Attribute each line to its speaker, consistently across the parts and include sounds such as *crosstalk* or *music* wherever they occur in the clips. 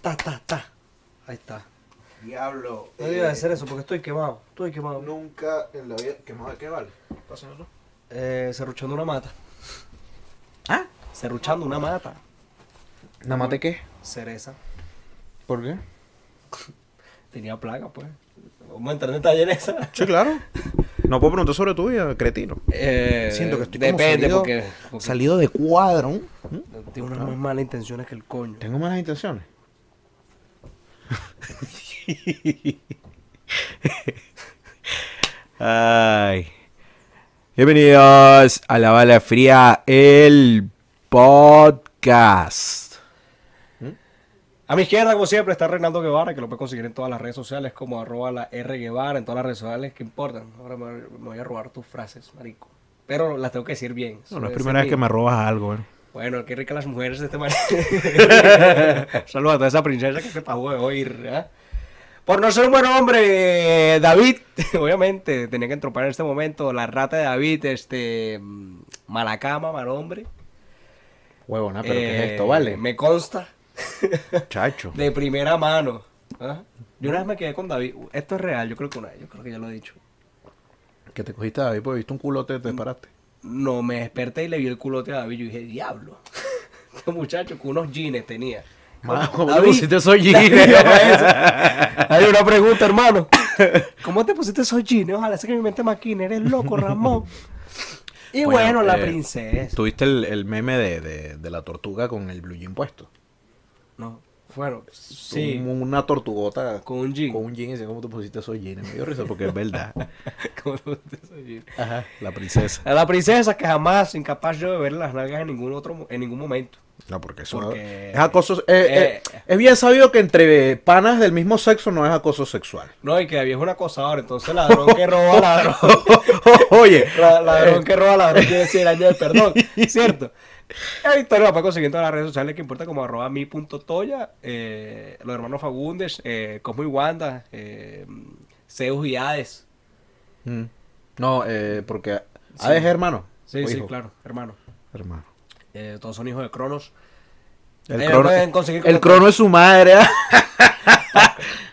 Speaker 1: Ta, ta, ta. Ahí está.
Speaker 2: Diablo. eh,
Speaker 1: No debía de hacer eso porque estoy quemado. Estoy quemado.
Speaker 2: Nunca en la vida. ¿Qué más? ¿Qué vale? Pásenlo. ¿no?
Speaker 1: Eh, serruchando una mata. ¿Ah? Serruchando una mata.
Speaker 3: ¿Nada más de qué?
Speaker 1: Cereza.
Speaker 3: ¿Por qué?
Speaker 1: Tenía plaga, pues. Vamos a entrar en detalle en esa.
Speaker 3: Sí, claro. No puedo preguntar sobre tu vida, cretino.
Speaker 4: Eh,
Speaker 3: Siento que estoy como
Speaker 4: Depende,
Speaker 3: salido-
Speaker 4: porque, porque
Speaker 3: Salido de cuadro. ¿m?
Speaker 1: Tiene unas más malas intenciones que el coño.
Speaker 3: Tengo malas intenciones.
Speaker 4: Ay. Bienvenidos a La Bala Fría, el podcast.
Speaker 1: A mi izquierda, como siempre, está Reinaldo Guevara, que lo puedes conseguir en todas las redes sociales como arroba la R Guevara, en todas las redes sociales que importan. Ahora me, me voy a robar tus frases, marico. Pero las tengo que decir bien.
Speaker 3: No, no es primera vez que me robas algo, ¿eh?
Speaker 1: Bueno, qué ricas las mujeres de este
Speaker 3: *laughs*
Speaker 1: marico. Saludos a toda esa princesa que se pagó de oír, ¿verdad? Por no ser un buen hombre, eh, David, *laughs* obviamente, tenía que entropar en este momento la rata de David, este, mm, malacama, mal hombre.
Speaker 3: Huevona, Ah, pero ¿qué es
Speaker 1: Eh,
Speaker 3: esto, vale?
Speaker 1: Me consta. *laughs*
Speaker 3: Chacho.
Speaker 1: De primera mano. ¿ah? Yo una vez me quedé con David. Esto es real, yo creo que una vez, yo creo que ya lo he dicho.
Speaker 3: Que te cogiste David porque viste un culote te paraste.
Speaker 1: No, me desperté y le vi el culote a David. Yo dije, diablo. *laughs* Este muchacho con unos jeans tenía.
Speaker 3: Mano, ¿cómo
Speaker 1: *laughs*
Speaker 3: te
Speaker 1: David,
Speaker 3: pusiste esos jeans? *laughs*
Speaker 1: Hay una pregunta, hermano. ¿Cómo te pusiste esos jeans? Ojalá sea que mi mente maquina. Eres loco,
Speaker 3: *laughs*
Speaker 1: Ramón. Y bueno, la
Speaker 3: eh,
Speaker 1: princesa.
Speaker 3: Tuviste el, el meme de, de- de la tortuga con el blue jean puesto.
Speaker 1: No, bueno, sí.
Speaker 3: Un- una tortugota
Speaker 1: Con un jean.
Speaker 3: Con un jean y decía, ¿cómo te pusiste esos jeans? Me dio risa porque es verdad.
Speaker 1: *laughs* ¿Cómo te pusiste esos jeans?
Speaker 3: *laughs* Ajá, la princesa.
Speaker 1: A la princesa que jamás incapaz yo de ver las nalgas en ningún otro mo- en ningún momento.
Speaker 3: No, porque eso
Speaker 1: Porque-
Speaker 3: es acoso. eh, eh,
Speaker 1: Eh.
Speaker 3: es bien sabido que entre panas del mismo sexo no es acoso sexual. *laughs*
Speaker 1: No, y que había es un acosador, entonces ladrón que roba ladrón.
Speaker 3: Oye,
Speaker 1: la- ladrón que roba ladrón quiere decir año de *laughs* perdón, ¿cierto? La historia la puedes conseguir en todas las redes sociales que importa como arroba mi punto toya, eh, los hermanos Fagundes, eh, Cosmo y Wanda, eh, Zeus y Hades.
Speaker 3: Mm. No, eh, porque Hades es hermano.
Speaker 1: Sí,
Speaker 3: o
Speaker 1: sí,
Speaker 3: hijo.
Speaker 1: claro, hermano.
Speaker 3: Hermano.
Speaker 1: Eh, todos son hijos de Cronos.
Speaker 3: El
Speaker 1: Eh,
Speaker 3: crono,
Speaker 1: pueden conseguir
Speaker 3: el
Speaker 1: como-
Speaker 3: crono es su madre. *laughs* ¿ah?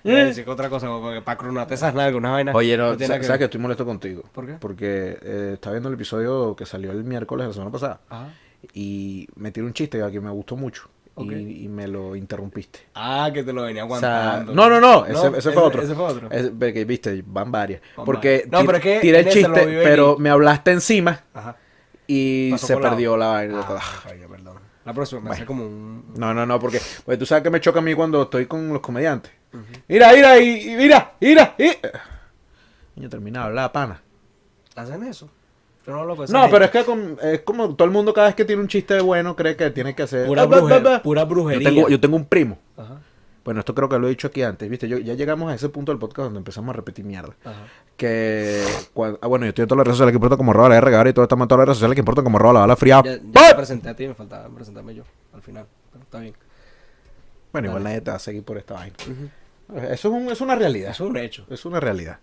Speaker 1: Voy a decir otra cosa, porque para cronarte esas nalgas, unas vainas.
Speaker 3: Oye, no,
Speaker 1: tiene
Speaker 3: sa-
Speaker 1: nada
Speaker 3: sabes
Speaker 1: que
Speaker 3: que...
Speaker 1: ver.
Speaker 3: estoy molesto contigo.
Speaker 1: ¿Por qué?
Speaker 3: Porque eh, estaba viendo el episodio que salió el miércoles de la semana pasada
Speaker 1: Ajá.
Speaker 3: y me tiré un chiste que me gustó mucho y-
Speaker 1: Ok.
Speaker 3: y, me lo interrumpiste.
Speaker 1: Ah, que te lo venía
Speaker 3: O sea,
Speaker 1: aguantando.
Speaker 3: no, no, no, ese, ese fue otro.
Speaker 1: Ese fue otro.
Speaker 3: Ese- ve que, viste, van varias.
Speaker 1: Van
Speaker 3: Porque
Speaker 1: varias. No,
Speaker 3: ti-
Speaker 1: pero es que
Speaker 3: tiré el
Speaker 1: en ese lo
Speaker 3: chiste,
Speaker 1: vi venir.
Speaker 3: pero me hablaste encima
Speaker 1: Ajá.
Speaker 3: y
Speaker 1: Pasó
Speaker 3: se
Speaker 1: colado.
Speaker 3: perdió la vaina.
Speaker 1: Ah, coño, perdón. La próxima me hace como un.
Speaker 3: No, no, no, porque, porque tú sabes que me choca a mí cuando estoy con los comediantes. Mira, mira, y, y mira, mira, y... Niño, termina de hablar, pana.
Speaker 1: ¿Hacen eso? Yo no lo con esa
Speaker 3: No,
Speaker 1: gente.
Speaker 3: pero es que con- es como todo el mundo cada vez que tiene un chiste bueno cree que tiene que hacer... Ah,
Speaker 1: Pura,
Speaker 3: Ba, ba,
Speaker 1: bruje-
Speaker 3: ba, ba.
Speaker 1: pura brujería.
Speaker 3: Yo tengo, yo tengo un primo.
Speaker 1: pues, Ajá,
Speaker 3: Bueno, esto creo que lo he dicho aquí antes, ¿viste? Yo, ya llegamos a ese punto del podcast donde empezamos a repetir mierda.
Speaker 1: ajá.
Speaker 3: Que... cuan- ah, bueno, yo estoy en todas las redes sociales que importa como roba la R, Gabriel, y todo estamos en todas las redes sociales que importa como roba la bala fría.
Speaker 1: Ya, ya
Speaker 3: ¡Bah!
Speaker 1: me presenté a ti, me faltaba presentarme yo al final. Pero está bien.
Speaker 3: Bueno, igual nadie te va a seguir por esta vaina. Eso es, un- es una realidad.
Speaker 1: Eso es un hecho.
Speaker 3: Es una realidad.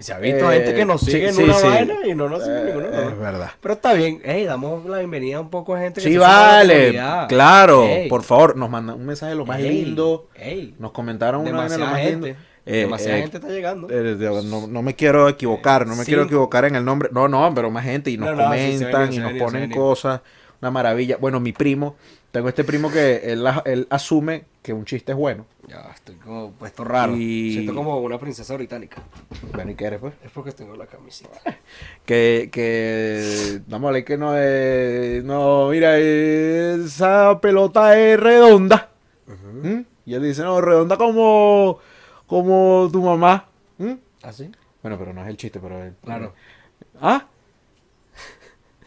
Speaker 1: Se ha visto
Speaker 3: Eh,
Speaker 1: gente que nos
Speaker 3: sí,
Speaker 1: sigue en
Speaker 3: sí,
Speaker 1: una
Speaker 3: sí.
Speaker 1: vaina y no nos sigue
Speaker 3: Eh,
Speaker 1: en ninguno. de los
Speaker 3: Es
Speaker 1: dos.
Speaker 3: verdad.
Speaker 1: Pero está bien. Ey, damos la bienvenida a un poco de gente que
Speaker 3: Sí,
Speaker 1: se suma a la
Speaker 3: vale,
Speaker 1: comunidad.
Speaker 3: claro.
Speaker 1: Ey,
Speaker 3: Por favor, nos mandan un mensaje lo más
Speaker 1: ey,
Speaker 3: lindo.
Speaker 1: Ey.
Speaker 3: Nos comentaron una vaina lo
Speaker 1: demasiada
Speaker 3: más lindo.
Speaker 1: gente.
Speaker 3: Eh,
Speaker 1: demasiada
Speaker 3: eh,
Speaker 1: gente está llegando.
Speaker 3: eh, de- no, no me quiero equivocar, no me
Speaker 1: Cinco.
Speaker 3: quiero equivocar en el nombre. No, no, pero más gente y nos
Speaker 1: No, no, sí, se venía, se
Speaker 3: comentan y nos
Speaker 1: venía, se
Speaker 3: ponen
Speaker 1: venía.
Speaker 3: cosas. Una maravilla. Bueno, mi primo, tengo este primo que él, él asume que un chiste es bueno.
Speaker 1: Ya, estoy como puesto raro.
Speaker 3: Y-
Speaker 1: Siento como una princesa británica.
Speaker 3: Bueno, ¿y qué eres, pues?
Speaker 1: Es porque tengo la camiseta.
Speaker 3: Que, que, vamos a ver que no es, no, mira, esa pelota es redonda. ¿Mm? Y él dice, no, redonda como, como tu mamá. ¿Mm?
Speaker 1: ¿Así?
Speaker 3: Bueno, pero no es el chiste, pero el-
Speaker 1: Claro.
Speaker 3: ¿Ah?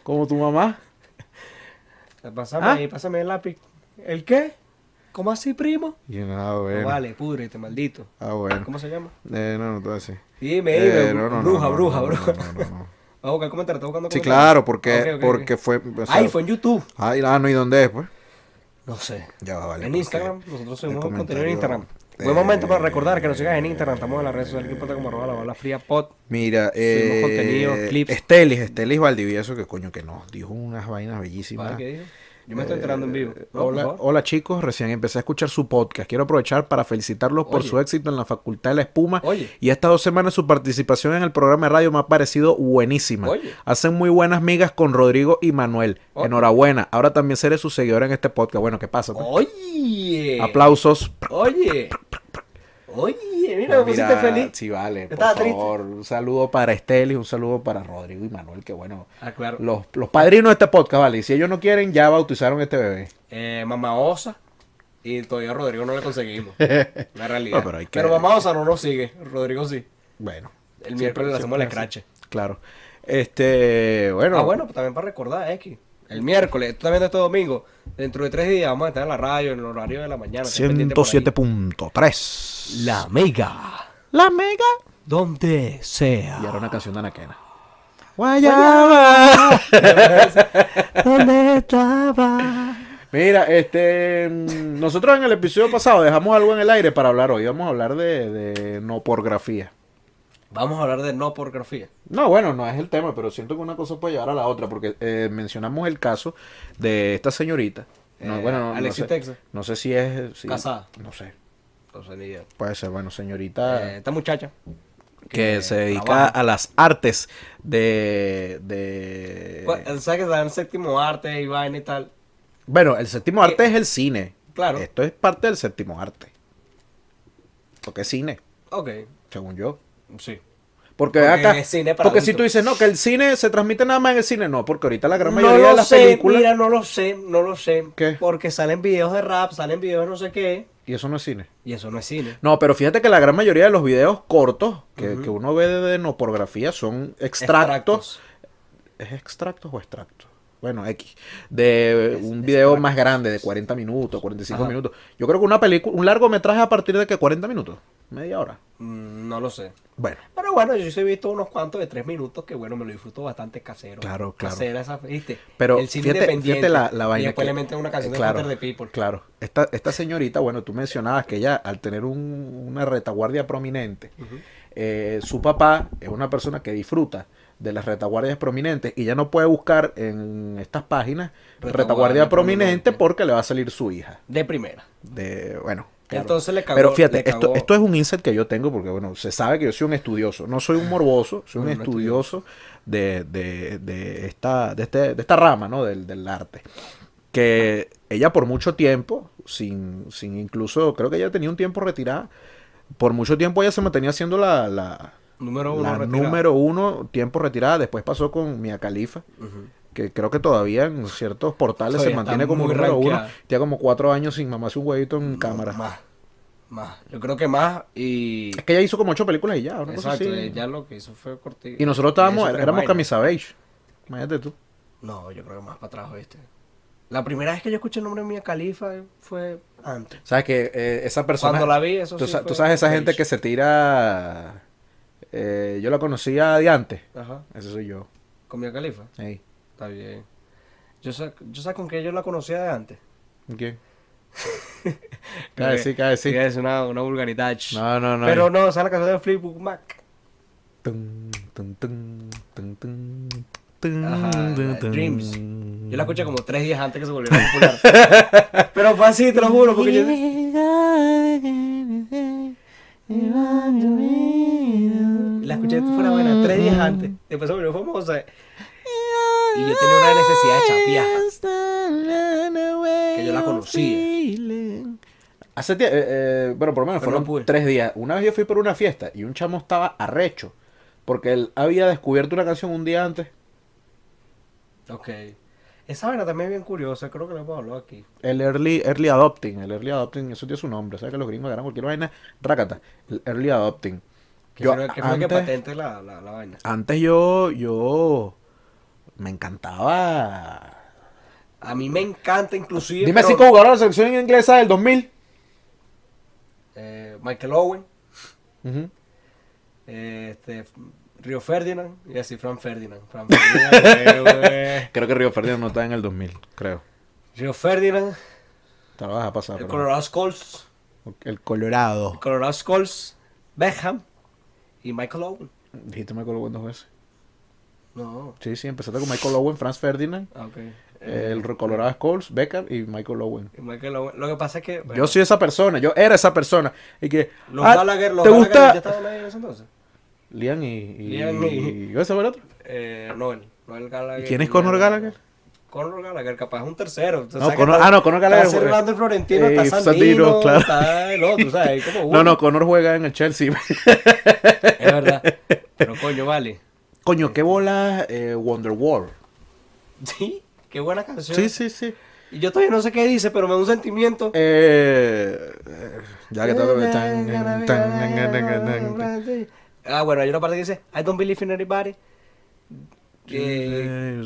Speaker 3: ¿Como tu mamá?
Speaker 1: Eh, Pásame
Speaker 3: ¿Ah?
Speaker 1: ahí, pásame el lápiz. ¿El qué? ¿Cómo así, primo?
Speaker 3: Y no, ah,
Speaker 1: No
Speaker 3: bueno.
Speaker 1: vale, pudrete, maldito.
Speaker 3: Ah, bueno.
Speaker 1: ¿Cómo se llama?
Speaker 3: Eh, no, no, todo así.
Speaker 1: Dime, dime.
Speaker 3: Eh, no, no,
Speaker 1: bruja,
Speaker 3: no, no,
Speaker 1: bruja,
Speaker 3: no,
Speaker 1: bruja.
Speaker 3: no, no, *laughs* no, no.
Speaker 1: Vamos a buscar comentarios, estás buscando
Speaker 3: Sí,
Speaker 1: comentarios.
Speaker 3: claro, porque,
Speaker 1: Ah, ok, ok,
Speaker 3: porque
Speaker 1: ok.
Speaker 3: fue, o sea,
Speaker 1: Ay, fue en YouTube.
Speaker 3: ay, ah, no, ¿y dónde es, pues?
Speaker 1: No sé.
Speaker 3: Ya va, vale. pues,
Speaker 1: en
Speaker 3: porque-
Speaker 1: Instagram, nosotros subimos contenido
Speaker 3: el
Speaker 1: en
Speaker 3: comentario,
Speaker 1: Instagram. Buen momento para
Speaker 3: eh,
Speaker 1: recordar que nos sigas en Instagram. Estamos en las redes sociales que importa como arroba la bola fría pod.
Speaker 3: Mira, eh,
Speaker 1: Subimos contenido, clips.
Speaker 3: Estelis, Estelis Valdivieso, que coño, que nos dijo unas vainas bellísimas.
Speaker 1: ¿Qué dijo? Yo me estoy enterando en vivo. No, por
Speaker 3: Eh, Hola,
Speaker 1: favor.
Speaker 3: hola, chicos, recién empecé a escuchar su podcast. Quiero aprovechar para felicitarlos por
Speaker 1: Oye.
Speaker 3: su éxito en la Facultad de la Espuma.
Speaker 1: Oye.
Speaker 3: Y estas dos semanas su participación en el programa de radio me ha parecido buenísima.
Speaker 1: Oye.
Speaker 3: Hacen muy buenas migas con Rodrigo y Manuel.
Speaker 1: Oye.
Speaker 3: Enhorabuena. Ahora también seré su seguidor en este podcast. Bueno, ¿qué pasa? pues?
Speaker 1: Oye.
Speaker 3: Aplausos.
Speaker 1: Oye. Oye, mira, me pusiste
Speaker 3: Ah, Mira,
Speaker 1: feliz.
Speaker 3: Sí, vale. Por
Speaker 1: Estaba triste.
Speaker 3: favor, un saludo para Esteli, un saludo para Rodrigo y Manuel, que bueno.
Speaker 1: Ah, claro.
Speaker 3: Los, los padrinos de este podcast, vale. Y si ellos no quieren, ya bautizaron este bebé.
Speaker 1: Eh, Mamá Osa. Y todavía a Rodrigo no le
Speaker 3: *laughs*
Speaker 1: conseguimos. La realidad.
Speaker 3: No, pero
Speaker 1: pero,
Speaker 3: hay que-
Speaker 1: Mamá Osa no nos sigue. Rodrigo sí.
Speaker 3: Bueno.
Speaker 1: El miércoles le hacemos la escrache.
Speaker 3: Claro. Este, bueno.
Speaker 1: Ah, bueno, pues también para recordar, X. El miércoles, tú también este domingo. Dentro de tres días vamos a estar en la radio, en el horario de la mañana. ten pendiente por ahí.
Speaker 3: 107.3.
Speaker 1: La Mega.
Speaker 3: La mega.
Speaker 1: Donde
Speaker 3: Y
Speaker 1: sea.
Speaker 3: ahora una canción de Anaquena. Guayaba.
Speaker 1: ¿Dónde estaba?
Speaker 3: Mira, este. mm, Nosotros en el episodio pasado dejamos algo en el aire para hablar hoy. Vamos a hablar de, de no pornografía.
Speaker 1: Vamos a hablar de no pornografía.
Speaker 3: No, bueno, no es el tema, pero siento que una cosa puede llevar a la otra, porque eh, mencionamos el caso de esta señorita. No,
Speaker 1: Eh,
Speaker 3: bueno, no, no
Speaker 1: Alexis
Speaker 3: sé,
Speaker 1: Texas.
Speaker 3: No sé si es. si-
Speaker 1: Casada.
Speaker 3: No sé.
Speaker 1: Entonces, ni idea.
Speaker 3: Puede ser, bueno, señorita.
Speaker 1: Eh, esta muchacha.
Speaker 3: que, se dedica
Speaker 1: trabaja.
Speaker 3: a las artes de, de-
Speaker 1: ¿Cuál- ¿Sabes que está en séptimo arte y vaina y tal?
Speaker 3: Bueno, el séptimo arte es el cine.
Speaker 1: Claro.
Speaker 3: Esto es parte del séptimo arte. Porque es cine,
Speaker 1: Ok,
Speaker 3: según yo.
Speaker 1: sí.
Speaker 3: Porque,
Speaker 1: Porque
Speaker 3: acá,
Speaker 1: es cine para
Speaker 3: porque si
Speaker 1: adultos.
Speaker 3: tú dices, no, que el cine se transmite nada más en el cine, no, porque ahorita la gran
Speaker 1: No
Speaker 3: mayoría de
Speaker 1: lo
Speaker 3: las
Speaker 1: sé,
Speaker 3: películas...
Speaker 1: mira, no lo sé, no lo sé.
Speaker 3: ¿Qué?
Speaker 1: Porque salen videos de rap, salen videos de no sé qué.
Speaker 3: Y eso no es cine.
Speaker 1: Y eso no es cine.
Speaker 3: No, pero fíjate que la gran mayoría de los videos cortos que, que uno ve de, de no pornografía son extractos. ¿Es extractos o extractos? Bueno, X. De
Speaker 1: Es-
Speaker 3: un
Speaker 1: es
Speaker 3: video
Speaker 1: extractos.
Speaker 3: más grande, de 40 minutos, 45
Speaker 1: Ajá.
Speaker 3: minutos. Yo creo que una película, un largometraje a partir de que 40 minutos, media hora.
Speaker 1: Mm, no lo sé.
Speaker 3: Bueno,
Speaker 1: Pero bueno, yo sí he visto unos cuantos de tres minutos que bueno, me lo disfruto bastante casero.
Speaker 3: Claro, claro.
Speaker 1: Casera esa, ¿viste?
Speaker 3: pero
Speaker 1: El cine
Speaker 3: fíjate,
Speaker 1: independiente.
Speaker 3: fíjate la, la vaina.
Speaker 1: Y después
Speaker 3: que-
Speaker 1: le meten una canción
Speaker 3: eh,
Speaker 1: de
Speaker 3: claro,
Speaker 1: Futter de People.
Speaker 3: Claro. Esta, esta señorita, bueno, tú mencionabas que ella, al tener un- una retaguardia prominente,
Speaker 1: Ujú.
Speaker 3: eh, su papá es una persona que disfruta de las retaguardias prominentes y ya no puede buscar en estas páginas retaguardia,
Speaker 1: Retaguardia
Speaker 3: prominente,
Speaker 1: prominente.
Speaker 3: porque le va a salir su hija.
Speaker 1: De primera.
Speaker 3: De, bueno. claro.
Speaker 1: Entonces le cagó.
Speaker 3: Pero fíjate,
Speaker 1: le
Speaker 3: esto,
Speaker 1: cagó-
Speaker 3: esto es un insight que yo tengo porque, bueno, se sabe que yo soy un estudioso. No soy
Speaker 1: Ah,
Speaker 3: un morboso, soy un
Speaker 1: Bueno, un
Speaker 3: estudioso de, de- de esta, de, este- de esta rama, ¿no? Del, del arte. Que ella por mucho tiempo, sin, sin incluso, creo que ella tenía un tiempo retirada, por mucho tiempo ella se mantenía haciendo la, la,
Speaker 1: Número uno.
Speaker 3: la
Speaker 1: retirado.
Speaker 3: número uno, tiempo retirada. Después pasó con Mia Khalifa,
Speaker 1: Ujú.
Speaker 3: que creo que todavía en ciertos portales
Speaker 1: Todavía
Speaker 3: se
Speaker 1: está
Speaker 3: mantiene como
Speaker 1: muy
Speaker 3: número uno.
Speaker 1: rankeada.
Speaker 3: Tiene como cuatro años sin mamarse un huevito en cámara.
Speaker 1: Más. Más. Yo creo que más y...
Speaker 3: Es que ella hizo como ocho películas y ya, una cosa
Speaker 1: Exacto,
Speaker 3: así.
Speaker 1: ya lo que hizo fue cortito.
Speaker 3: Y nosotros estábamos,
Speaker 1: Hizo tres
Speaker 3: éramos
Speaker 1: vainas.
Speaker 3: camisa beige. Imagínate tú.
Speaker 1: No, yo creo que más para atrás, ¿viste? La primera vez que yo escuché el nombre de Mia Califa fue antes.
Speaker 3: Sabes que eh, esa persona.
Speaker 1: Cuando la vi, eso
Speaker 3: tú,
Speaker 1: sí
Speaker 3: sa-
Speaker 1: fue
Speaker 3: tú sabes esa
Speaker 1: beige.
Speaker 3: gente que se tira. eh, yo la conocía de antes.
Speaker 1: Ajá,
Speaker 3: Ese soy yo.
Speaker 1: con Mia Califa.
Speaker 3: Ey.
Speaker 1: Está bien. Yo sé, yo sé con qué yo la conocía de antes. *laughs*
Speaker 3: ¿Quién? Cada vez sí, cada vez sí.
Speaker 1: Es una, una vulgaridad.
Speaker 3: No, no, no.
Speaker 1: Pero no, esa es la canción de Flipbook Mac.
Speaker 3: Tun, tun, tun, tun, tun, tun,
Speaker 1: Ajá,
Speaker 3: tun,
Speaker 1: la
Speaker 3: tun.
Speaker 1: Dreams. Yo la escuché como tres días antes que se volviera
Speaker 3: *laughs*
Speaker 1: popular. Pero fue así, te lo juro, porque yo... La escuché fuera buena tres días antes. Después se volvió famosa. Y yo tenía una necesidad de chapear.
Speaker 3: Que
Speaker 1: yo la conocía.
Speaker 3: Hace tie- eh, eh, bueno, por lo menos
Speaker 1: Pero
Speaker 3: fueron
Speaker 1: no pude.
Speaker 3: tres días. Una vez yo fui por una fiesta y un chamo estaba arrecho. Porque él había descubierto una canción un día antes.
Speaker 1: Ok. Esa vaina también es bien curiosa, creo que lo hemos hablado aquí.
Speaker 3: El early, early adopting. El early adopting, eso tiene su nombre. O sea que los gringos agarran cualquier vaina. Rácata. El early adopting.
Speaker 1: Que
Speaker 3: Yo
Speaker 1: fue, que fue el que
Speaker 3: antes-
Speaker 1: patente la, la, la vaina.
Speaker 3: Antes yo, yo me encantaba.
Speaker 1: A mí me encanta inclusive...
Speaker 3: Dime
Speaker 1: pero-
Speaker 3: cinco jugadores de la selección inglesa del 2000.
Speaker 1: eh, Michael Owen,
Speaker 3: Ujú.
Speaker 1: eh, este, Río Ferdinand y así Fran Ferdinand. Fran Ferdinand *laughs* eh,
Speaker 3: Creo que Río Ferdinand no está en el 2000, creo.
Speaker 1: Río Ferdinand,
Speaker 3: Te lo vas a pasar.
Speaker 1: el
Speaker 3: pero-
Speaker 1: Colorado Skulls,
Speaker 3: El Colorado.
Speaker 1: el Colorado Skulls, Beckham y Michael Owen.
Speaker 3: Dijiste Michael Owen dos veces.
Speaker 1: No,
Speaker 3: Sí, sí, empezaste con Michael Owen, Franz Ferdinand,
Speaker 1: ah, ok.
Speaker 3: el Colorado Scholes, Becker y Michael Owen.
Speaker 1: Y Michael Owen- Lo que pasa es que. bueno,
Speaker 3: Yo soy esa persona, yo era esa persona. Y que,
Speaker 1: Los
Speaker 3: ah,
Speaker 1: Gallagher, los
Speaker 3: ¿te
Speaker 1: Gallagher
Speaker 3: gusta?
Speaker 1: ya estaban ahí en ese entonces.
Speaker 3: Liam y... y
Speaker 1: Liam y-
Speaker 3: y- ¿Ese fue el otro?
Speaker 1: Eh, Noel. Noel Gallagher.
Speaker 3: ¿Y quién es Conor
Speaker 1: era-
Speaker 3: Gallagher?
Speaker 1: Conor Gallagher, capaz un tercero.
Speaker 3: No, Conor- ah, no, Conor Gallagher
Speaker 1: Está
Speaker 3: fue-
Speaker 1: Servando el Florentino,
Speaker 3: Eh,
Speaker 1: está
Speaker 3: Sandino,
Speaker 1: Sandino,
Speaker 3: claro.
Speaker 1: está el otro, ¿sabes?
Speaker 3: *laughs*
Speaker 1: Como uno.
Speaker 3: No, no, Conor juega en el Chelsea. *laughs*
Speaker 1: Es verdad. Pero coño, vale. *laughs*
Speaker 3: Coño, qué bola eh, Wonderwall.
Speaker 1: Sí, qué buena canción.
Speaker 3: Sí, sí, sí.
Speaker 1: Y yo todavía no sé qué dice, pero me da un sentimiento.
Speaker 3: Eh, eh, ya que todo tan, tan, tan, tan, tan.
Speaker 1: Ah, bueno, hay una parte que dice, I don't believe in anybody. Que,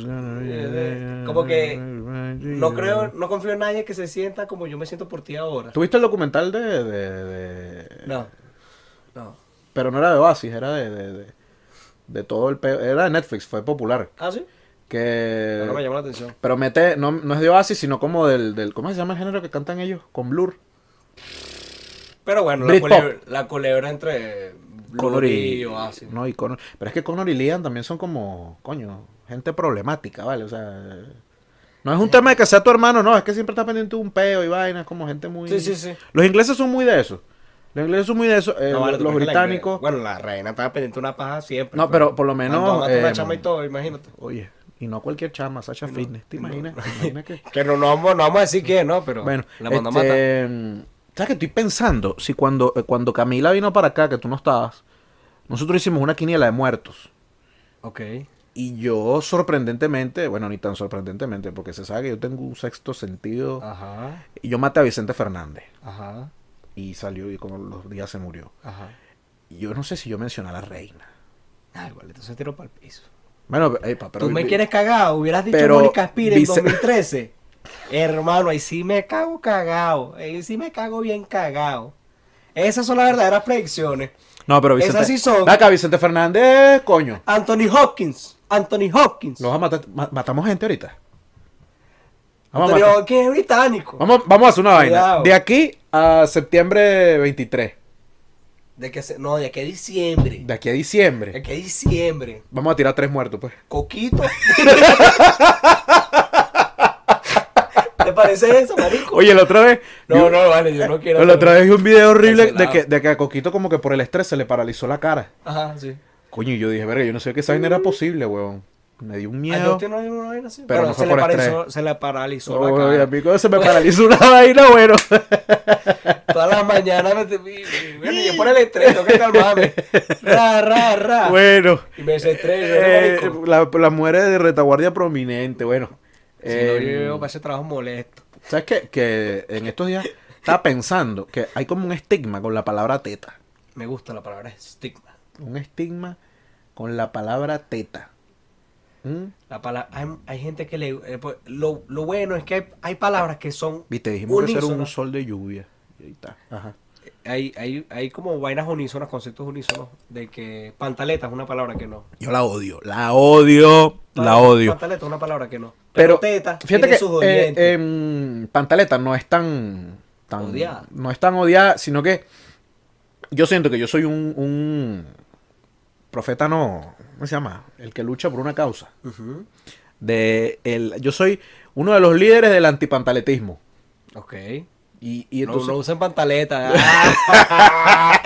Speaker 1: como que no creo, no confío en nadie que se sienta como yo me siento por ti ahora.
Speaker 3: ¿Tuviste el documental de, de- de-
Speaker 1: No. No.
Speaker 3: Pero no era de Oasis, era de... de, de- de todo el... pe- Era de Netflix, fue popular.
Speaker 1: Ah, sí.
Speaker 3: Que...
Speaker 1: No me llamó la atención.
Speaker 3: Pero mete... No, no es de Oasis, sino como del, del... ¿Cómo se llama el género que cantan ellos? Con Blur.
Speaker 1: Pero bueno, la
Speaker 3: Britpop.
Speaker 1: culebra, la culebra entre
Speaker 4: Conor
Speaker 1: Blur
Speaker 4: y-
Speaker 1: y Oasis.
Speaker 3: No, y Conor... Pero es que Conor y Liam también son como... Coño, gente problemática, ¿vale? O sea... No es un tema de que sea tu hermano, no. Es que siempre está pendiente de un peo y vainas. Como gente muy...
Speaker 1: Sí, sí, sí.
Speaker 3: Los ingleses son muy de eso. Los ingleses son muy de eso. eh,
Speaker 1: No, vale, tú
Speaker 3: los
Speaker 1: crees que la-
Speaker 3: británicos...
Speaker 1: bueno, la reina estaba pendiente de una paja siempre.
Speaker 3: No, pero por lo menos,
Speaker 1: Mandó a matar una
Speaker 3: eh,
Speaker 1: chama y todo, imagínate.
Speaker 3: Oye, y no cualquier chama, Sasha Fitness,
Speaker 1: *laughs*
Speaker 3: ¿te imaginas? ¿Te imaginas que-
Speaker 1: Que no, no, vamos, no vamos a decir quién, ¿no? Pero
Speaker 3: Bueno,
Speaker 1: la mandó a matar.
Speaker 3: este, ¿sabes qué estoy pensando? Si cuando, eh, cuando Camila vino para acá, que tú no estabas, nosotros hicimos una quiniela de muertos.
Speaker 1: Ok.
Speaker 3: *laughs* Y yo sorprendentemente, bueno, ni tan sorprendentemente, porque se sabe que yo tengo un sexto sentido.
Speaker 1: Ah. Ajá,
Speaker 3: Y yo maté a Vicente Fernández.
Speaker 1: ajá,
Speaker 3: Y salió y como los días se murió.
Speaker 1: ajá.
Speaker 3: Y yo no sé si yo mencioné a la reina.
Speaker 1: Ay, vale, entonces tiro para el piso.
Speaker 3: Bueno, epa, pero...
Speaker 1: Tú me quieres cagar, hubieras dicho
Speaker 3: pero
Speaker 1: Mónica Spira en
Speaker 3: vice-
Speaker 1: 2013. *laughs* Hermano, ahí sí me cago cagado. Ahí sí me cago bien cagado. Esas son las verdaderas predicciones.
Speaker 3: No, pero
Speaker 1: Esas
Speaker 3: Vicente...
Speaker 1: sí son.
Speaker 3: Ven Acá, Vicente Fernández, coño.
Speaker 1: Anthony Hopkins. Anthony Hopkins.
Speaker 3: Los vamos a matar- ma- matamos gente ahorita. Vamos a,
Speaker 1: Anthony
Speaker 3: matar-
Speaker 1: Hopkins es británico.
Speaker 3: vamos, vamos a hacer una
Speaker 1: Cuidado.
Speaker 3: vaina. De aquí a septiembre 23.
Speaker 1: De que se- no, de aquí a diciembre.
Speaker 3: De aquí a
Speaker 1: De
Speaker 3: diciembre.
Speaker 1: aquí a diciembre.
Speaker 3: Vamos a tirar tres
Speaker 1: *laughs*
Speaker 3: muertos, pues. *laughs*
Speaker 1: Coquito. ¿Te parece eso, marico?
Speaker 3: Oye, la otra vez.
Speaker 1: No, no, vale, yo no quiero.
Speaker 3: La otra vez vi un video horrible de
Speaker 1: Cancelado.
Speaker 3: que, de que a Coquito, como que por el estrés, se le paralizó la cara.
Speaker 1: Ajá, sí.
Speaker 3: Coño, y yo dije, verga, yo no sé que esa vaina era posible, weón. Me dio un
Speaker 1: Ah, Mm. yo
Speaker 3: miedo.
Speaker 1: usted no hay una vaina así.
Speaker 3: Pero
Speaker 1: Bueno,
Speaker 3: no
Speaker 1: se,
Speaker 3: fue
Speaker 1: le
Speaker 3: por
Speaker 1: paralizó, se le paralizó la
Speaker 3: Oye,
Speaker 1: cara.
Speaker 3: a mí cuando se me paralizó una *laughs* vaina, bueno.
Speaker 1: Todas las mañanas me te... y- y- Bueno, yo por el estrés, tengo que
Speaker 3: *laughs*
Speaker 1: calmarme. Ra, ra, ra.
Speaker 3: bueno.
Speaker 1: Y me
Speaker 3: Eh,
Speaker 1: desestrés. yo, marico.
Speaker 3: la, la mujer de retaguardia prominente, bueno.
Speaker 1: si no, yo
Speaker 3: Em,
Speaker 1: llego para ese trabajo molesto.
Speaker 3: ¿Sabes qué? Que en estos días estaba pensando que hay como un estigma con la palabra teta.
Speaker 1: Me gusta la palabra estigma.
Speaker 3: Un estigma con la palabra teta. ¿Mm?
Speaker 1: La palabra, hay, hay gente que le... eh, pues, lo, lo bueno es que hay, hay palabras que son
Speaker 3: Viste, dijimos que eso era un
Speaker 1: unísonas.
Speaker 3: sol de lluvia. Y ahí está. Ajá.
Speaker 1: Hay, hay, hay como vainas unísonas, conceptos unísonos, de que pantaleta es una palabra que no.
Speaker 3: Yo la odio, la odio, la odio.
Speaker 1: Pantaleta es una palabra que no.
Speaker 3: Pero
Speaker 1: teta
Speaker 3: fíjate
Speaker 1: tiene
Speaker 3: que
Speaker 1: sus
Speaker 3: eh,
Speaker 1: dolientes.
Speaker 3: em, pantaleta no es tan, tan
Speaker 1: Odiada.
Speaker 3: No es tan odiada, sino que yo siento que yo soy un, un profeta, no, ¿cómo se llama? El que lucha por una causa.
Speaker 1: Ujú.
Speaker 3: de el, yo soy uno de los líderes del antipantaletismo.
Speaker 1: Ok.
Speaker 3: Y, y
Speaker 1: No,
Speaker 3: entonces,
Speaker 1: no usen
Speaker 3: *laughs*
Speaker 1: pantaleta. ah.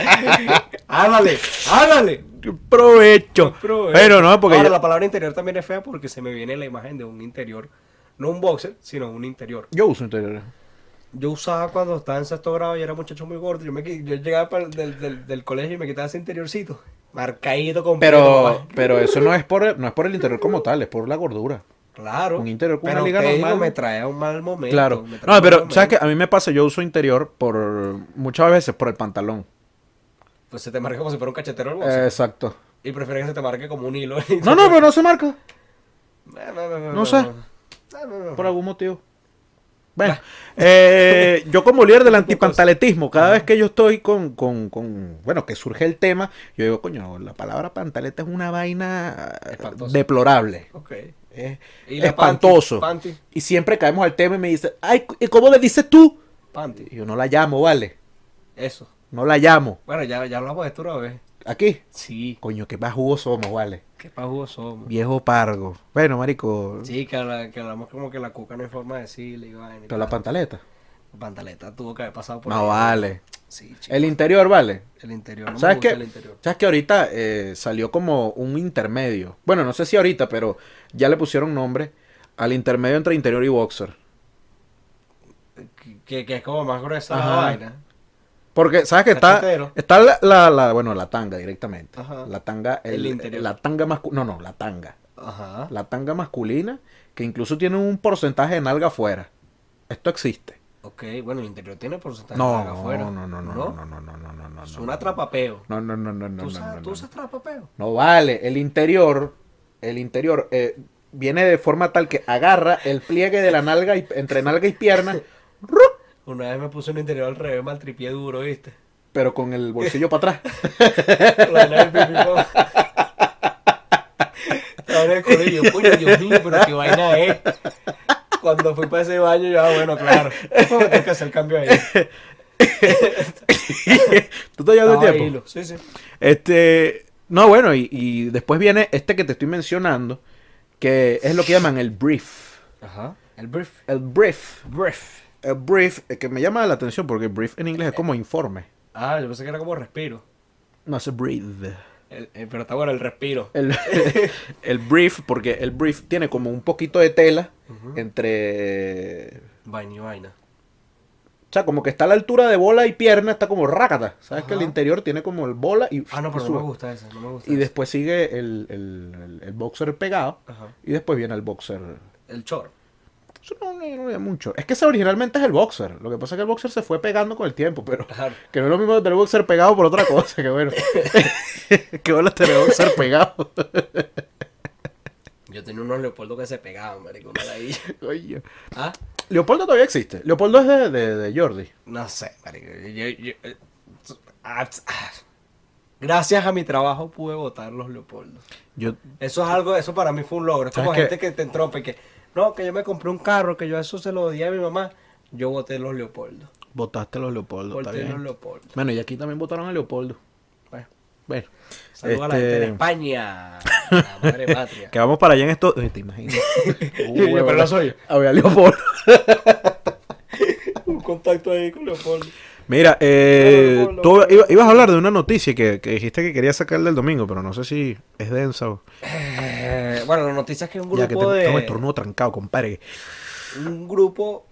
Speaker 1: háblale, háblale.
Speaker 3: provecho. Pero no, porque
Speaker 1: Ahora,
Speaker 3: yo,
Speaker 1: la palabra interior también es fea porque se me viene la imagen de un interior. No un boxer, sino un interior.
Speaker 3: yo uso interiores.
Speaker 1: Yo usaba cuando estaba en sexto grado y era muchacho muy gordo. Yo, me, qui- yo llegaba pa'l- del, del- del colegio y me quitaba ese interiorcito. Marcadito con
Speaker 3: Pero, pero eso no es por el, no es por el interior como tal, es por la gordura.
Speaker 1: Claro.
Speaker 3: un interior con
Speaker 1: pero
Speaker 3: una liga
Speaker 1: te digo,
Speaker 3: normal.
Speaker 1: me trae a un mal momento.
Speaker 3: Claro.
Speaker 1: me trae a
Speaker 3: No,
Speaker 1: un
Speaker 3: pero
Speaker 1: mal
Speaker 3: sabes que
Speaker 1: momento.
Speaker 3: a mí me pasa, yo uso interior por muchas veces por el pantalón.
Speaker 1: Pues se te marca como si fuera un cachetero el boxer.
Speaker 3: Eh, exacto.
Speaker 1: Y prefieres que se te marque como un hilo.
Speaker 3: No, no, pero no se marca.
Speaker 1: *laughs* No, no, no, no,
Speaker 3: No sé.
Speaker 1: No, no, no.
Speaker 3: Por algún motivo. Bueno, eh, yo como líder del antipantaletismo, cada vez que yo estoy con, con, con- bueno, que surge el tema, yo digo, coño, la palabra pantaleta es una vaina eh,
Speaker 1: Espantosa.
Speaker 3: deplorable.
Speaker 1: Ok.
Speaker 3: Es
Speaker 1: Y la
Speaker 3: espantoso.
Speaker 1: Panty, panty,
Speaker 3: Y siempre caemos al tema y me dice, ay, ¿y cómo le dices tú?
Speaker 1: panty.
Speaker 3: Y yo no la llamo, vale,
Speaker 1: Eso.
Speaker 3: no la llamo.
Speaker 1: Bueno, ya, ya hablamos de esto una vez.
Speaker 3: Aquí.
Speaker 1: Sí,
Speaker 3: Coño, qué más jugos somos, vale.
Speaker 1: qué pajugos somos.
Speaker 3: Viejo pargo. Bueno, marico.
Speaker 1: Sí, que, la- que hablamos como que la cuca no hay forma de decirle, y vaina y
Speaker 3: Pero la
Speaker 1: tal.
Speaker 3: pantaleta.
Speaker 1: La pantaleta tuvo que haber pasado por
Speaker 3: No
Speaker 1: ahí.
Speaker 3: vale.
Speaker 1: Sí, chico.
Speaker 3: El interior, vale.
Speaker 1: El interior, no me
Speaker 3: ¿Sabes
Speaker 1: gusta
Speaker 3: qué?
Speaker 1: el interior.
Speaker 3: ¿Sabes que ahorita eh, salió como un intermedio? Bueno, no sé si ahorita, pero ya le pusieron nombre al intermedio entre interior y boxer.
Speaker 1: Que, que es como más gruesa
Speaker 3: Ajá.
Speaker 1: la vaina.
Speaker 3: Porque, ¿sabes que
Speaker 1: Está
Speaker 3: está?
Speaker 1: entero.
Speaker 3: Está la, la, la- bueno, la tanga directamente.
Speaker 1: Ajá.
Speaker 3: La tanga, el,
Speaker 1: El interior.
Speaker 3: La tanga masculina. No, no, la tanga.
Speaker 1: Ajá.
Speaker 3: La tanga masculina, que incluso tiene un porcentaje de nalga afuera. Esto existe.
Speaker 1: Ok, bueno, el interior tiene porcentaje de
Speaker 3: No,
Speaker 1: nalga afuera.
Speaker 3: no, no, no, no, no, no, no, no, no, no, no.
Speaker 1: Es
Speaker 3: no,
Speaker 1: un
Speaker 3: no.
Speaker 1: atrapapeo.
Speaker 3: No, no, no, no, no.
Speaker 1: ¿Tú,
Speaker 3: no,
Speaker 1: usas,
Speaker 3: no,
Speaker 1: tú
Speaker 3: no.
Speaker 1: usas atrapapeo?
Speaker 3: No vale, el interior, el interior eh, viene de forma tal que agarra el pliegue de la nalga y, entre nalga y pierna,
Speaker 1: Una vez me puse un interior al revés, mal tripié duro, ¿viste?
Speaker 3: pero con el bolsillo para atrás.
Speaker 1: La vaina del pipipón. Ahora el colegio, coño, Dios mío, pero qué vaina es. Cuando fui para ese baño, yo, ah, bueno, claro. Tengo que hacer el cambio
Speaker 3: *laughs*
Speaker 1: ahí.
Speaker 3: ¿Tú te llevas
Speaker 1: Estaba
Speaker 3: de tiempo?
Speaker 1: hilo. Sí, sí.
Speaker 3: Este, no, bueno, y, y después viene este que te estoy mencionando, que es lo que llaman el brief.
Speaker 1: Ajá. El brief.
Speaker 3: El brief,
Speaker 1: Brief.
Speaker 3: el brief, eh, que me llama la atención porque brief en inglés es como informe.
Speaker 1: Ah, yo pensé que era como respiro.
Speaker 3: No es breathe.
Speaker 1: El- el- pero está bueno el respiro.
Speaker 3: El, *laughs* el brief, porque el brief tiene como un poquito de tela
Speaker 1: Ujú.
Speaker 3: entre
Speaker 1: Vaina y vaina.
Speaker 3: O sea, como que está a la altura de bola y pierna, está como rácata. ¿Sabes
Speaker 1: Ajá.
Speaker 3: que el interior tiene como el bola y.
Speaker 1: Ah, no, pero no
Speaker 3: sube.
Speaker 1: me gusta ese. No me gusta
Speaker 3: Y
Speaker 1: ese.
Speaker 3: después sigue el, el- el- el boxer pegado.
Speaker 1: Ajá.
Speaker 3: Y después viene el boxer.
Speaker 1: El chor.
Speaker 3: Eso no, no, no es mucho. Es que ese originalmente es el boxer. Lo que pasa es que el boxer se fue pegando con el tiempo, pero. *laughs*
Speaker 1: Claro.
Speaker 3: Que no es lo mismo tener boxer pegado por otra cosa,
Speaker 1: *laughs*
Speaker 3: que bueno. *laughs* que bueno tener boxer pegado. *laughs*
Speaker 1: Yo tenía unos Leopoldo que se pegaban, marico. una *laughs* ladilla.
Speaker 3: Coño.
Speaker 1: ¿Ah?
Speaker 3: Leopoldo todavía existe. Leopoldo es de, de- de Jordi.
Speaker 1: No sé, marico. Yo- yo- eh, ah, ah. Gracias a mi trabajo pude votar los Leopoldos.
Speaker 3: Yo.
Speaker 1: Eso es algo, eso para mí fue un logro. Es como
Speaker 3: ¿Sabes
Speaker 1: gente que te entrope que, no, que yo me compré un carro, que yo eso se lo di a mi mamá. Yo voté los Leopoldos.
Speaker 3: Votaste los Leopoldo. está
Speaker 1: Voté los
Speaker 3: bien.
Speaker 1: Leopoldos.
Speaker 3: Bueno, y aquí también votaron a Leopoldo.
Speaker 1: Bueno,
Speaker 3: Bueno.
Speaker 1: saludos a la gente de
Speaker 3: Este- *laughs*
Speaker 1: España. La madre patria.
Speaker 4: Que vamos para allá en esto. Uy, te
Speaker 1: *laughs*
Speaker 4: imaginas.
Speaker 1: Yo, pero no soy yo.
Speaker 3: A ver, Leopoldo.
Speaker 1: un contacto ahí con Leopoldo.
Speaker 4: Mira, eh,
Speaker 1: Claro,
Speaker 4: tú
Speaker 1: lo-
Speaker 4: iba- ibas a hablar de una noticia que, que dijiste que querías sacar del domingo, pero no sé si es densa o...
Speaker 1: Eh, bueno, la noticia es que un grupo
Speaker 4: Ya que tengo,
Speaker 1: de...
Speaker 4: tengo el tornudo trancado, compadre.
Speaker 1: un grupo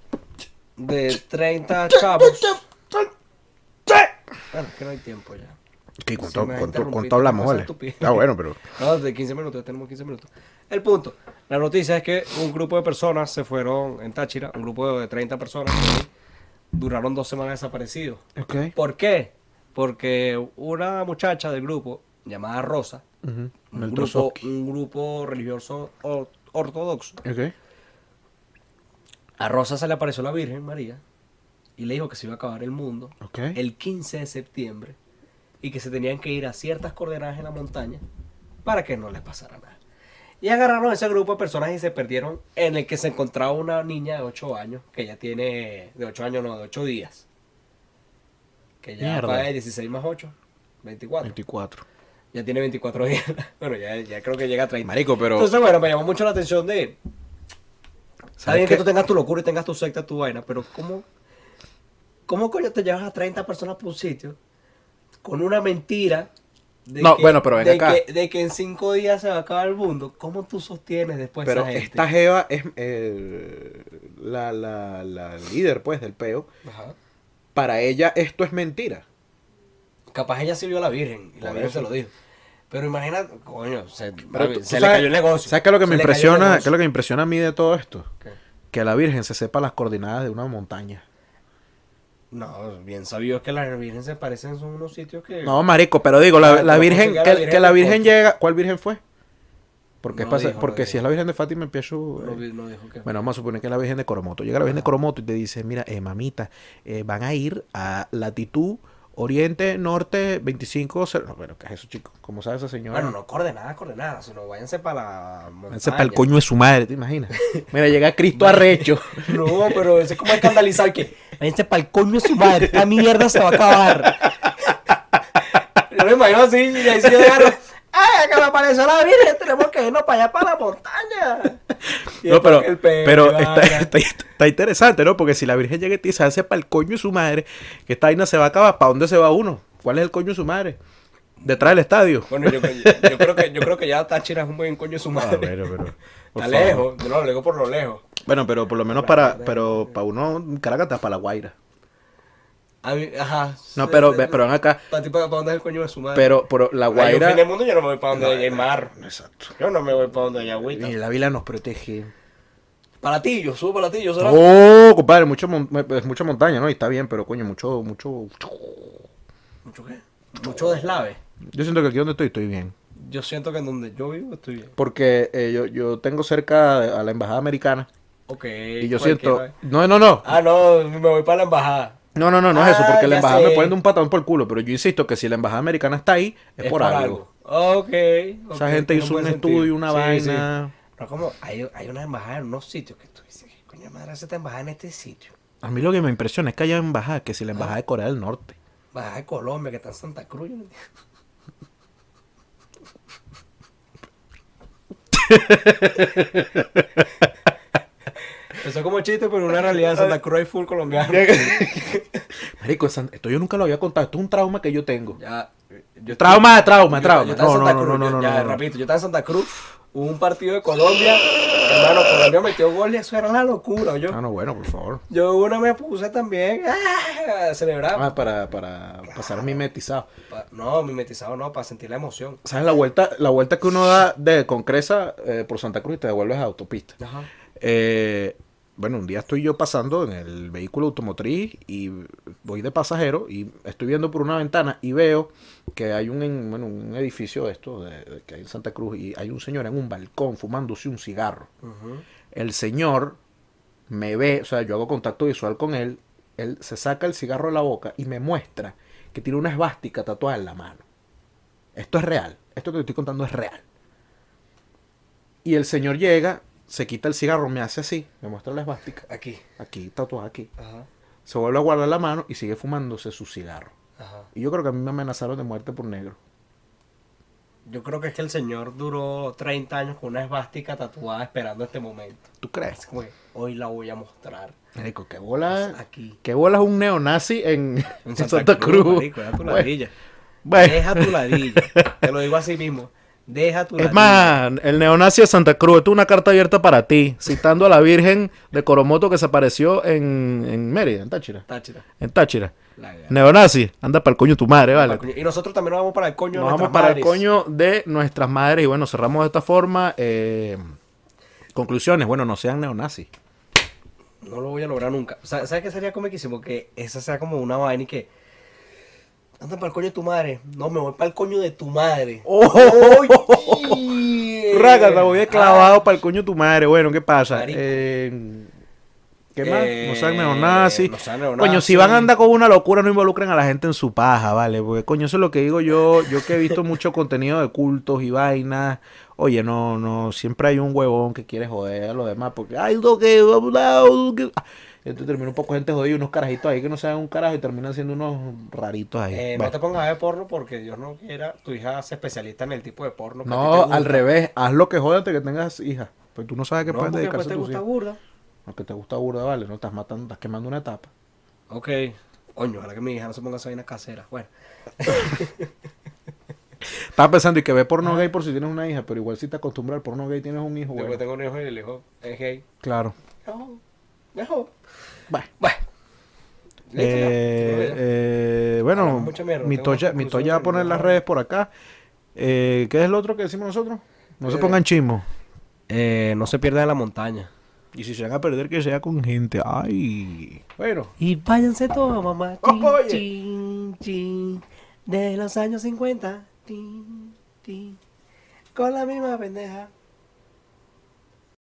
Speaker 1: de 30 chavos. Bueno, es que no hay tiempo ya.
Speaker 4: ¿Qué,
Speaker 1: Sí, me
Speaker 4: ¿Cuánto,
Speaker 1: vas a
Speaker 4: cuánto,
Speaker 1: interrumpir,
Speaker 4: cuánto
Speaker 1: tú
Speaker 4: hablamos,
Speaker 1: vas a
Speaker 4: vale?
Speaker 1: estúpido.
Speaker 4: Ah, bueno, pero...
Speaker 1: No, de 15 minutos, ya tenemos 15 minutos. El punto. La noticia es que un grupo de personas se fueron en Táchira, un grupo de 30 personas, duraron dos semanas desaparecidos.
Speaker 3: Ok.
Speaker 1: ¿Por qué? Porque una muchacha del grupo, llamada Rosa, un, grupo, un grupo religioso or- ortodoxo,
Speaker 3: Ok.
Speaker 1: a Rosa se le apareció la Virgen María y le dijo que se iba a acabar el mundo
Speaker 3: Ok.
Speaker 1: el 15 de septiembre y que se tenían que ir a ciertas coordenadas en la montaña para que no les pasara nada. Y agarraron ese grupo de personas y se perdieron en el que se encontraba una niña de 8 años, que ya tiene, de 8 años no, de 8 días. Que ya
Speaker 4: Mierda.
Speaker 1: va de 16 más 8, 24.
Speaker 4: 24.
Speaker 1: Ya tiene 24 días. *laughs* bueno, ya, ya creo que llega a 30.
Speaker 3: Marico, pero.
Speaker 1: Entonces, bueno, me llamó mucho la atención de... Está
Speaker 3: ¿Sabes
Speaker 1: bien que
Speaker 3: qué?
Speaker 1: tú tengas tu locura y tengas tu secta, tu vaina, pero ¿cómo, cómo coño te llevas a 30 personas por un sitio con una mentira? De
Speaker 3: No, bueno, pero ven
Speaker 1: de
Speaker 3: acá.
Speaker 1: Que, de que en cinco días se va a acabar el mundo. ¿Cómo tú sostienes después
Speaker 3: pero
Speaker 1: a esa gente?
Speaker 3: esta Jeva es eh, la, la, la líder, pues, del peo.
Speaker 1: Ajá.
Speaker 3: Para ella esto es mentira.
Speaker 1: Capaz ella sirvió a la Virgen y la
Speaker 3: Por
Speaker 1: Virgen
Speaker 3: eso.
Speaker 1: se lo dijo. Pero imagina, coño, se,
Speaker 3: Pero
Speaker 1: mami,
Speaker 3: tú-
Speaker 1: se le
Speaker 3: tú sabes-
Speaker 1: cayó el negocio.
Speaker 4: ¿Sabes qué es lo que
Speaker 1: Se
Speaker 4: me
Speaker 1: le cayó el
Speaker 4: impresiona? ¿Qué es
Speaker 1: negocio.
Speaker 4: lo que me impresiona a mí de todo esto?
Speaker 1: ¿Qué?
Speaker 4: Que la Virgen se sepa las coordenadas de una montaña.
Speaker 1: No, bien sabido es que las Virgen se parecen, son unos sitios que...
Speaker 4: No, marico, pero digo, la,
Speaker 1: Ah, te
Speaker 4: la
Speaker 1: lo
Speaker 4: Virgen,
Speaker 1: consigue la
Speaker 4: que,
Speaker 1: Virgen
Speaker 4: que la
Speaker 1: del
Speaker 4: Virgen
Speaker 1: Pozo.
Speaker 4: llega... ¿Cuál Virgen fue? Porque, es
Speaker 1: No
Speaker 4: para ser-
Speaker 1: dijo, no
Speaker 4: porque si
Speaker 1: dijo.
Speaker 4: es la Virgen de Fátima, empiezo...
Speaker 1: No, vi- no dijo que...
Speaker 4: Bueno, vamos a suponer que es la Virgen de Coromoto. Llega la Virgen de Coromoto y te dice, mira, eh, mamita, eh, van a ir a latitud oriente, norte, 25, cero". No, pero ¿qué es eso, chico? ¿Cómo sabe esa señora?
Speaker 1: Bueno, no coordenadas, coordenadas, sino váyanse para la montaña.
Speaker 4: Ese pa'l coño de su madre, ¿te imaginas? Mira, llega
Speaker 1: *laughs*
Speaker 4: Cristo arrecho.
Speaker 1: No, pero ese es como escandalizar que váyanse para el coño de su madre, esta mierda se va a acabar. Yo me imagino así, y ahí sí yo agarro. ¡Ay, acá me apareció la virgen! Tenemos que irnos para allá, para la montaña. Y después
Speaker 3: No, pero,
Speaker 1: que el peo, y
Speaker 3: pero
Speaker 1: vaina.
Speaker 3: está, está- está interesante, ¿no? Porque si la Virgen llega y te dice, hace para el coño de su madre, que esta vaina se va a acabar, ¿para dónde se va uno? ¿Cuál es el coño de su madre? Detrás del estadio.
Speaker 1: Bueno, yo, yo creo que, yo creo que ya Táchira es un buen coño de su
Speaker 3: Ah,
Speaker 1: madre.
Speaker 3: bueno, pero,
Speaker 1: *laughs*
Speaker 3: por
Speaker 1: está
Speaker 3: favor.
Speaker 1: lejos, yo no lo digo por lo lejos.
Speaker 3: Bueno, pero por lo menos para, pero para uno, Caracas está para la Guaira.
Speaker 1: A mí- ajá.
Speaker 3: No, pero, ve- pero ven acá.
Speaker 1: Para ti, ¿para para dónde es el coño de su madre?
Speaker 3: Pero, pero la
Speaker 1: Ay, Yo fin del
Speaker 3: Guaira. eh,
Speaker 1: mundo yo no me voy para donde hay mar.
Speaker 3: Exacto.
Speaker 1: Yo no me voy para donde hay agüita.
Speaker 3: Y la vila nos protege.
Speaker 1: Para ti, yo subo para ti, yo solo.
Speaker 3: Oh, compadre, mucho, mon- es mucha montaña, ¿no? Y está bien, pero coño, mucho, mucho.
Speaker 1: ¿Mucho qué? Mucho deslave.
Speaker 3: Yo siento que aquí donde estoy, estoy bien.
Speaker 1: Yo siento que en donde yo vivo estoy bien.
Speaker 3: Porque eh, yo, yo tengo cerca a la embajada americana.
Speaker 1: Ok.
Speaker 3: Y yo
Speaker 1: cualquier
Speaker 3: siento.
Speaker 1: vaina.
Speaker 3: No, no, no.
Speaker 1: Ah, no, me voy para la embajada.
Speaker 3: No, no, no, no es eso,
Speaker 1: Ah,
Speaker 3: porque la
Speaker 1: ya
Speaker 3: embajada
Speaker 1: sé.
Speaker 3: me pone de un patadón por el culo, pero yo insisto que si la embajada americana está ahí, es, por, algo.
Speaker 1: Ok.
Speaker 3: Esa
Speaker 1: ok,
Speaker 3: gente
Speaker 1: tiene
Speaker 3: hizo un
Speaker 1: buen
Speaker 3: estudio,
Speaker 1: sentido.
Speaker 3: una
Speaker 1: Sí,
Speaker 3: vaina.
Speaker 1: sí. No, como hay, hay una embajada en unos sitios que tú dices, ¿qué coño de madre hace esta embajada en este sitio?
Speaker 3: A mí lo que me impresiona es que haya embajada, que si la embajada de Corea del Norte.
Speaker 1: Embajada de Colombia, que está en Santa Cruz. yo no entiendo. *laughs* Eso es como chiste, pero una realidad en Santa Cruz hay full colombiano.
Speaker 3: Marico, esa- esto yo nunca lo había contado, esto es un trauma que yo tengo.
Speaker 1: *laughs* Ya, yo-
Speaker 3: Trauma, trauma,
Speaker 1: Yo-
Speaker 3: trauma.
Speaker 1: yo estaba
Speaker 3: no,
Speaker 1: en
Speaker 3: no,
Speaker 1: Santa
Speaker 3: no, no,
Speaker 1: Cruz,
Speaker 3: no,
Speaker 1: yo-
Speaker 3: no,
Speaker 1: ya,
Speaker 3: no.
Speaker 1: rapidito, yo estaba en Santa Cruz, hubo un partido de Colombia, hermano, Colombia metió gol y eso era una locura, yo.
Speaker 3: Ah, no, bueno, por favor.
Speaker 1: Yo una me puse también ¡ah! a celebrar.
Speaker 3: Ah, para, para pasar mimetizado.
Speaker 1: Pa- No, mimetizado no, para sentir la emoción.
Speaker 3: ¿Sabes la vuelta, la vuelta que uno da de Concresa eh, por Santa Cruz y te devuelves a autopista?
Speaker 1: Ajá.
Speaker 3: Eh, bueno, un día estoy yo pasando en el vehículo automotriz y voy de pasajero y estoy viendo por una ventana y veo que hay un, en- bueno, un edificio de estos de- de que hay en Santa Cruz y hay un señor en un balcón fumándose un cigarro. El señor me ve, o sea, yo hago contacto visual con él, él se saca el cigarro de la boca y me muestra que tiene una esvástica tatuada en la mano. Esto es real, esto que te estoy contando es real. Y el señor llega, se quita el cigarro, me hace así, me muestra la esvástica,
Speaker 1: Aquí.
Speaker 3: aquí, tatuada aquí.
Speaker 1: Ajá.
Speaker 3: Se vuelve a guardar la mano y sigue fumándose su cigarro.
Speaker 1: Ajá.
Speaker 3: Y yo creo que a mí me amenazaron de muerte por negro.
Speaker 1: Yo creo que es que el señor duró 30 años con una esvástica tatuada esperando este momento.
Speaker 3: ¿Tú
Speaker 1: Es
Speaker 3: crees?
Speaker 1: como que, hoy la voy a mostrar.
Speaker 3: Marico, qué bola.
Speaker 1: Aquí.
Speaker 3: Qué bola es un neonazi en, en Santa, Cruz.
Speaker 1: marico, deja tu
Speaker 3: Bueno,
Speaker 1: ladilla.
Speaker 3: bueno.
Speaker 1: Deja tu ladilla. Te lo digo así mismo. Deja tu
Speaker 3: Es
Speaker 1: ladilla.
Speaker 3: más, el neonazi de Santa Cruz, esto es una carta abierta para ti, citando a la Virgen de Coromoto que se apareció en, en Mérida, en Táchira.
Speaker 1: Táchira.
Speaker 3: En Táchira.
Speaker 1: La gana.
Speaker 3: Neonazi, anda para el coño tu madre,
Speaker 1: Para
Speaker 3: vale.
Speaker 1: el coño. Y nosotros también nos vamos para el coño. de
Speaker 3: Nos vamos
Speaker 1: nuestras
Speaker 3: para el
Speaker 1: madres.
Speaker 3: coño de nuestras madres y bueno, cerramos de esta forma. eh, conclusiones, bueno, no sean neonazis.
Speaker 1: No lo voy a lograr nunca. O sea, ¿Sabes qué sería comiquísimo? Que esa sea como una vaina y que. Anda para el coño de tu madre. No, me voy para el coño de tu madre. ¡Oye!
Speaker 3: Rágata, voy de clavado para el coño tu madre. Bueno, ¿qué pasa?
Speaker 1: Eh, ah. Marico.
Speaker 3: Eh, ¿Qué más? no sean
Speaker 1: Eh,
Speaker 3: neonazis.
Speaker 1: no sean neonazis.
Speaker 3: Coño, si van a andar con una locura, no involucren a la gente en su paja, ¿vale? Porque coño, eso es lo que digo yo. Yo que he visto mucho contenido de cultos y vainas. Oye, no, no, siempre hay un huevón que quiere joder a los demás. Porque, ay, lo que, lo que... Ah, Entonces termina un poco gente jodida y unos carajitos ahí que no saben un carajo y terminan siendo unos raritos ahí.
Speaker 1: Eh,
Speaker 3: Bueno.
Speaker 1: No te pongas a ver porno porque Dios no quiera. Tu hija se especialista en el tipo de porno. que a ti te
Speaker 3: No,
Speaker 1: gusta.
Speaker 3: al revés, haz lo que jode antes que tengas hija. Pues tú no sabes qué
Speaker 1: No,
Speaker 3: puedes
Speaker 1: porque después
Speaker 3: dedicarse a
Speaker 1: te
Speaker 3: tus
Speaker 1: gusta
Speaker 3: hijos.
Speaker 1: burda.
Speaker 3: Lo que te gusta burda, vale, no estás matando, estás quemando una etapa.
Speaker 1: Ok. Coño, ojalá que mi hija no se ponga esa vaina casera. Bueno.
Speaker 3: Estaba pensando y que ve porno gay por si tienes una hija, pero igual si te acostumbras al porno gay tienes un hijo,
Speaker 1: Después
Speaker 3: bueno.
Speaker 1: tengo un hijo y el hijo es gay.
Speaker 3: Claro.
Speaker 1: No, no.
Speaker 3: Bueno.
Speaker 1: Bueno. Listo, ya.
Speaker 3: Eh,
Speaker 1: Creo que ya.
Speaker 3: eh,
Speaker 1: Hablamos
Speaker 3: bueno,
Speaker 1: mucha mierda,
Speaker 3: mi
Speaker 1: tengo
Speaker 3: toya,
Speaker 1: más
Speaker 3: mi
Speaker 1: conclusiones
Speaker 3: toya va a
Speaker 1: que
Speaker 3: poner
Speaker 1: no.
Speaker 3: las redes por acá. Eh, ¿Qué es el otro que decimos nosotros? No se
Speaker 1: Eh,
Speaker 3: pongan chismos.
Speaker 1: Eh, no se pierda de la montaña.
Speaker 3: Y si se van a perder, que sea con gente. Ay. Bueno.
Speaker 5: Y váyanse todos, mamá.
Speaker 3: Oh,
Speaker 5: Chin,
Speaker 3: oye.
Speaker 5: chin, chin. De los años 50. Tin, tin.
Speaker 1: Con la misma pendeja.